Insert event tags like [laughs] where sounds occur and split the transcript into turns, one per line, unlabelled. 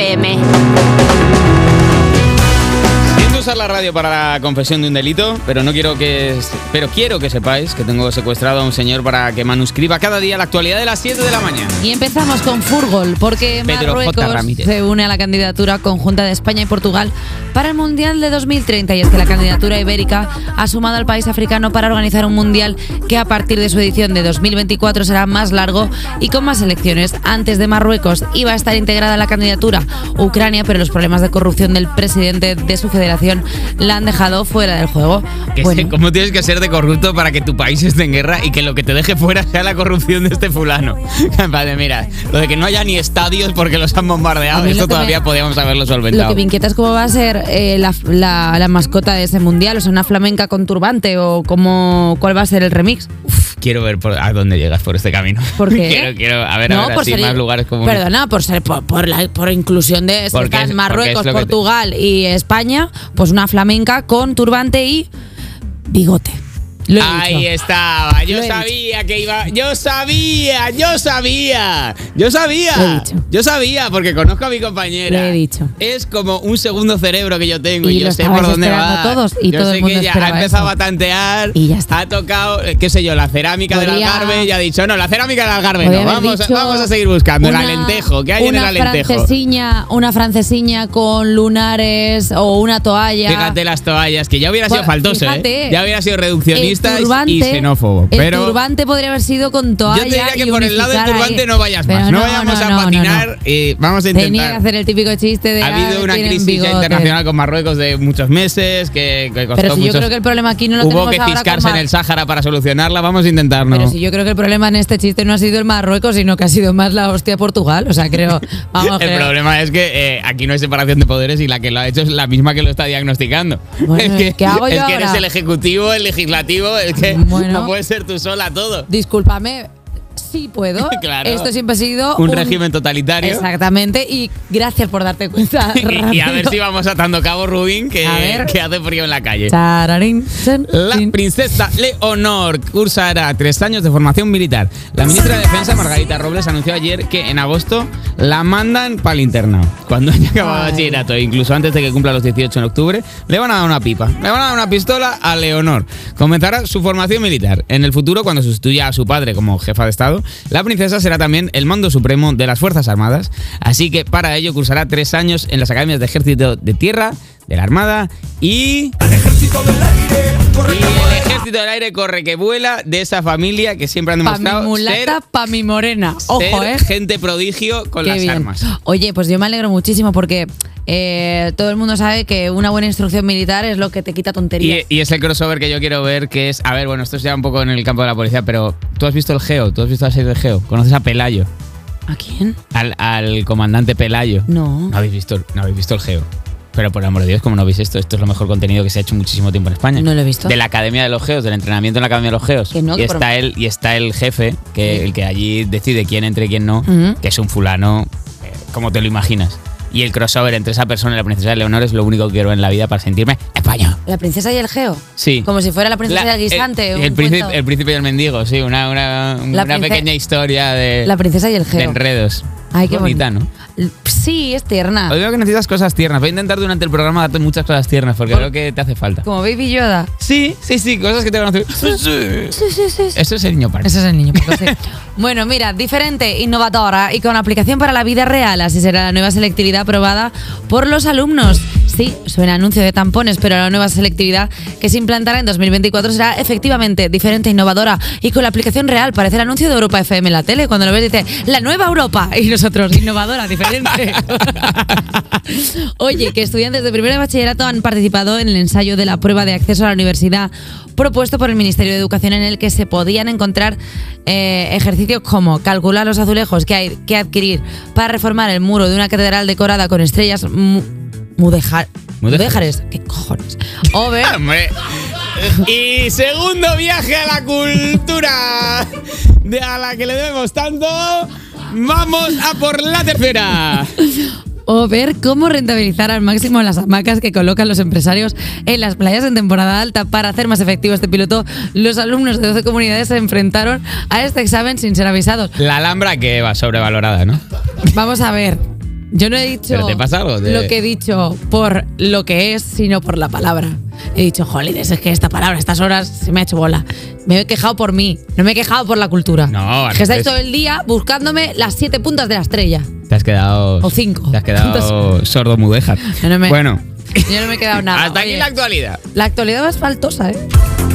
FM.
Siento usar la radio para la confesión de un delito, pero no quiero que pero quiero que sepáis que tengo secuestrado a un señor para que manuscriba cada día la actualidad de las 7 de la mañana.
Y empezamos con Furgol, porque
Pedro J.
Marruecos
Ramírez.
se une a la candidatura conjunta de España y Portugal para el Mundial de 2030. Y es que la candidatura ibérica ha sumado al país africano para organizar un Mundial que a partir de su edición de 2024 será más largo y con más elecciones. Antes de Marruecos iba a estar integrada la candidatura Ucrania, pero los problemas de corrupción del presidente de su federación la han dejado fuera del juego.
Que
Bueno.
sé ¿Cómo tienes que ser de corrupto para que tu país esté en guerra y que lo que te deje fuera sea la corrupción de este fulano? [laughs] Vale, mira, lo de que no haya ni estadios porque los han
A
bombardeado,
mí lo
esto
que me-
todavía podíamos haberlo
Lo
solventado.
que me inquieta es cómo va a ser eh, la, la- la mascota de ese mundial, o sea, una flamenca con turbante, o cómo, cuál va a ser el remix.
Quiero ver por- a dónde llegas por este camino. [laughs]
Porque
Quiero, quiero, a ver, a ver, así, más lugares comunes.
Perdona, por ser por, por la por inclusión de si
Porque
estás
es-
Marruecos,
porque es lo que te-
Portugal y España, pues una flamenca con turbante y bigote. Lo he
Ahí
dicho.
estaba, yo
Lo he
sabía que iba, yo sabía, yo sabía, yo
Lo he
sabía,
dicho.
yo sabía porque conozco a mi compañera.
Lo he dicho.
Es como un segundo cerebro que yo tengo y,
Y
yo
lo
sé por
estabais
dónde va.
esperando todos y
yo
todo
sé
el mundo
que ya ha
esperaba
empezado
eso.
a tantear,
Y ya está.
ha tocado, eh, qué sé yo, la cerámica del
Podría-
Algarve y ha dicho, no, la cerámica del Algarve no,
Podría haber
vamos, a-
dicho
vamos a seguir buscando, el
una-
alentejo, ¿qué hay en el
una
alentejo?
Francesiña, una francesiña con lunares o una toalla.
Fíjate las toallas, que ya hubiera sido
Bueno,
faltoso, ¿eh?
fíjate.
Ya hubiera sido
el
reduccionista y- y
turbante-
xenófobo.
el
Pero
turbante podría haber sido con toalla.
Yo te diría que
y
por el lado del
unificar
turbante
ahí.
no vayas más.
Pero
No, vayamos
no,
a
no,
patinar.
no, no.
eh, vamos a intentar.
Tenía que hacer el típico chiste de.
ha habido
"Ah,
una
tienen
crisis ya
bigote".
internacional con Marruecos de muchos meses, que, que costó
Pero si yo
muchos-
creo que el problema aquí no lo
Hubo
tenemos
que
ahora con
ciscarse en
Mar-
el Sáhara para solucionarla. Vamos a intentarlo.
Pero si yo creo que el problema en este chiste no ha sido el Marruecos, sino que ha sido más la hostia Portugal. O
[laughs]
sea, creo. Vamos,
el
creo-
problema es que eh, aquí no hay separación de poderes y la que lo ha hecho es la misma que lo está diagnosticando.
Bueno,
es que,
¿qué hago
es
yo
que eres
ahora?
el ejecutivo, el legislativo, es que
Bueno.
no puedes ser tú sola todo.
Discúlpame, sí puedo.
[laughs] Claro.
Esto siempre ha sido.
Un régimen totalitario.
Exactamente, y gracias por darte cuenta.
[laughs] Y, y a ver
rápido.
si vamos atando cabo Rubín, que,
A ver.
que hace frío en la calle.
Tararín, chan,
La
chin.
princesa Leonor cursará tres años de formación militar. La ministra de Defensa, Margarita Robles, anunció ayer que en agosto la mandan para el internado. Cuando [laughs] haya acabado
Ay.
bachillerato, e incluso antes de que cumpla los 18 en octubre, le van a dar una pipa. Le van a dar una pistola a Leonor. Comenzará su formación militar. En el futuro, cuando sustituya a su padre como jefa de Estado, la princesa será también el mando supremo de las Fuerzas Armadas. Así que para ello cursará tres años en las academias de ejército de tierra, de la Armada y... Y el ejército del aire corre que vuela de esa familia que siempre han
Pa' mi
demostrado
mulata,
ser,
pa' mi morena. Ojo,
ser
eh.
gente prodigio con
Qué
las
bien.
armas.
Oye, pues yo me alegro muchísimo porque eh, todo el mundo sabe que una buena instrucción militar es lo que te quita tonterías.
Y, eh, y es el crossover que yo quiero ver, que es, a ver, bueno, esto es ya un poco en el campo de la policía, pero tú has visto el Geo, tú has visto la serie del Geo, conoces a Pelayo,
¿A quién?
al, al comandante Pelayo.
No.
No habéis visto, no habéis visto el Geo. Pero por amor de Dios, como no veis esto, esto es lo mejor contenido que se ha hecho muchísimo tiempo en España.
No lo he visto.
eh, De la Academia de los Geos, del entrenamiento en la Academia de los Geos.
Que no,
y
que por-
está él, y está el jefe, que el que allí decide quién entre y quién no,
Ujú.
que es un fulano, eh, como te lo imaginas. Y el crossover entre esa persona y la princesa de Leonor es lo único que quiero en la vida para sentirme español.
¿La princesa y el geo?
Sí.
Como si fuera la princesa
La-
y el guisante.
El,
un
el príncipe,
cuento.
el príncipe y el mendigo, sí, una, una-
La
una
prince-
pequeña historia de,
La princesa y el
de
geo.
enredos.
Ay, qué
bonita,
bonito. Ah.
¿no?
L- Sí, es tierna.
Os digo que necesitas cosas tiernas. Voy a intentar durante el programa darte muchas cosas tiernas porque creo que te hace falta.
Como Baby Yoda.
Sí, sí, sí, cosas que te van a hacer. Sí.
Sí, sí, sí. sí.
Eso es el niño parque.
Ese es el niño. poco, sí. pues bueno, mira, diferente, innovadora y con aplicación para la vida real. Así será la nueva selectividad aprobada por los alumnos. Sí, suena a anuncio de tampones, pero la nueva selectividad que se implantará en 2024 será efectivamente diferente, innovadora y con la aplicación real. Parece el anuncio de Europa FM en la tele. Cuando lo ves, dice la nueva Europa. Y nosotros, innovadora, diferente. Oye, que estudiantes de primer de bachillerato han participado en el ensayo de la prueba de acceso a la universidad propuesto por el Ministerio de Educación en el que se podían encontrar eh, ejercicios como calcular los azulejos que hay que adquirir para reformar el muro de una catedral decorada con estrellas mu- mudejar-
Mudéjares.
mudéjares. ¿Qué cojones? O ver,
Hombre. [laughs] Y segundo viaje a la cultura de a la que le debemos tanto. Vamos a por la tercera.
o ver cómo rentabilizar al máximo las hamacas que colocan los empresarios en las playas en temporada alta para hacer más efectivo este piloto. Los alumnos de 12 comunidades se enfrentaron a este examen sin ser avisados.
La Alhambra que va sobrevalorada, ¿no?
Vamos a ver. Yo no he dicho
Pero te pasa algo, te-
lo que he dicho por lo que es, sino por la palabra. He dicho, jolines, es que esta palabra, estas horas, se me ha hecho bola. Me he quejado por mí, no me he quejado por la cultura.
No, pues-
Es que estáis
antes-
todo el día buscándome las siete puntas de la estrella.
Te has quedado.
O cinco.
Te has
[laughs]
quedado sordo mudeja.
Yo no me-
Bueno, [laughs]
Yo no me he quedado nada.
hasta aquí
Oye,
la actualidad.
la actualidad más faltosa, ¿eh?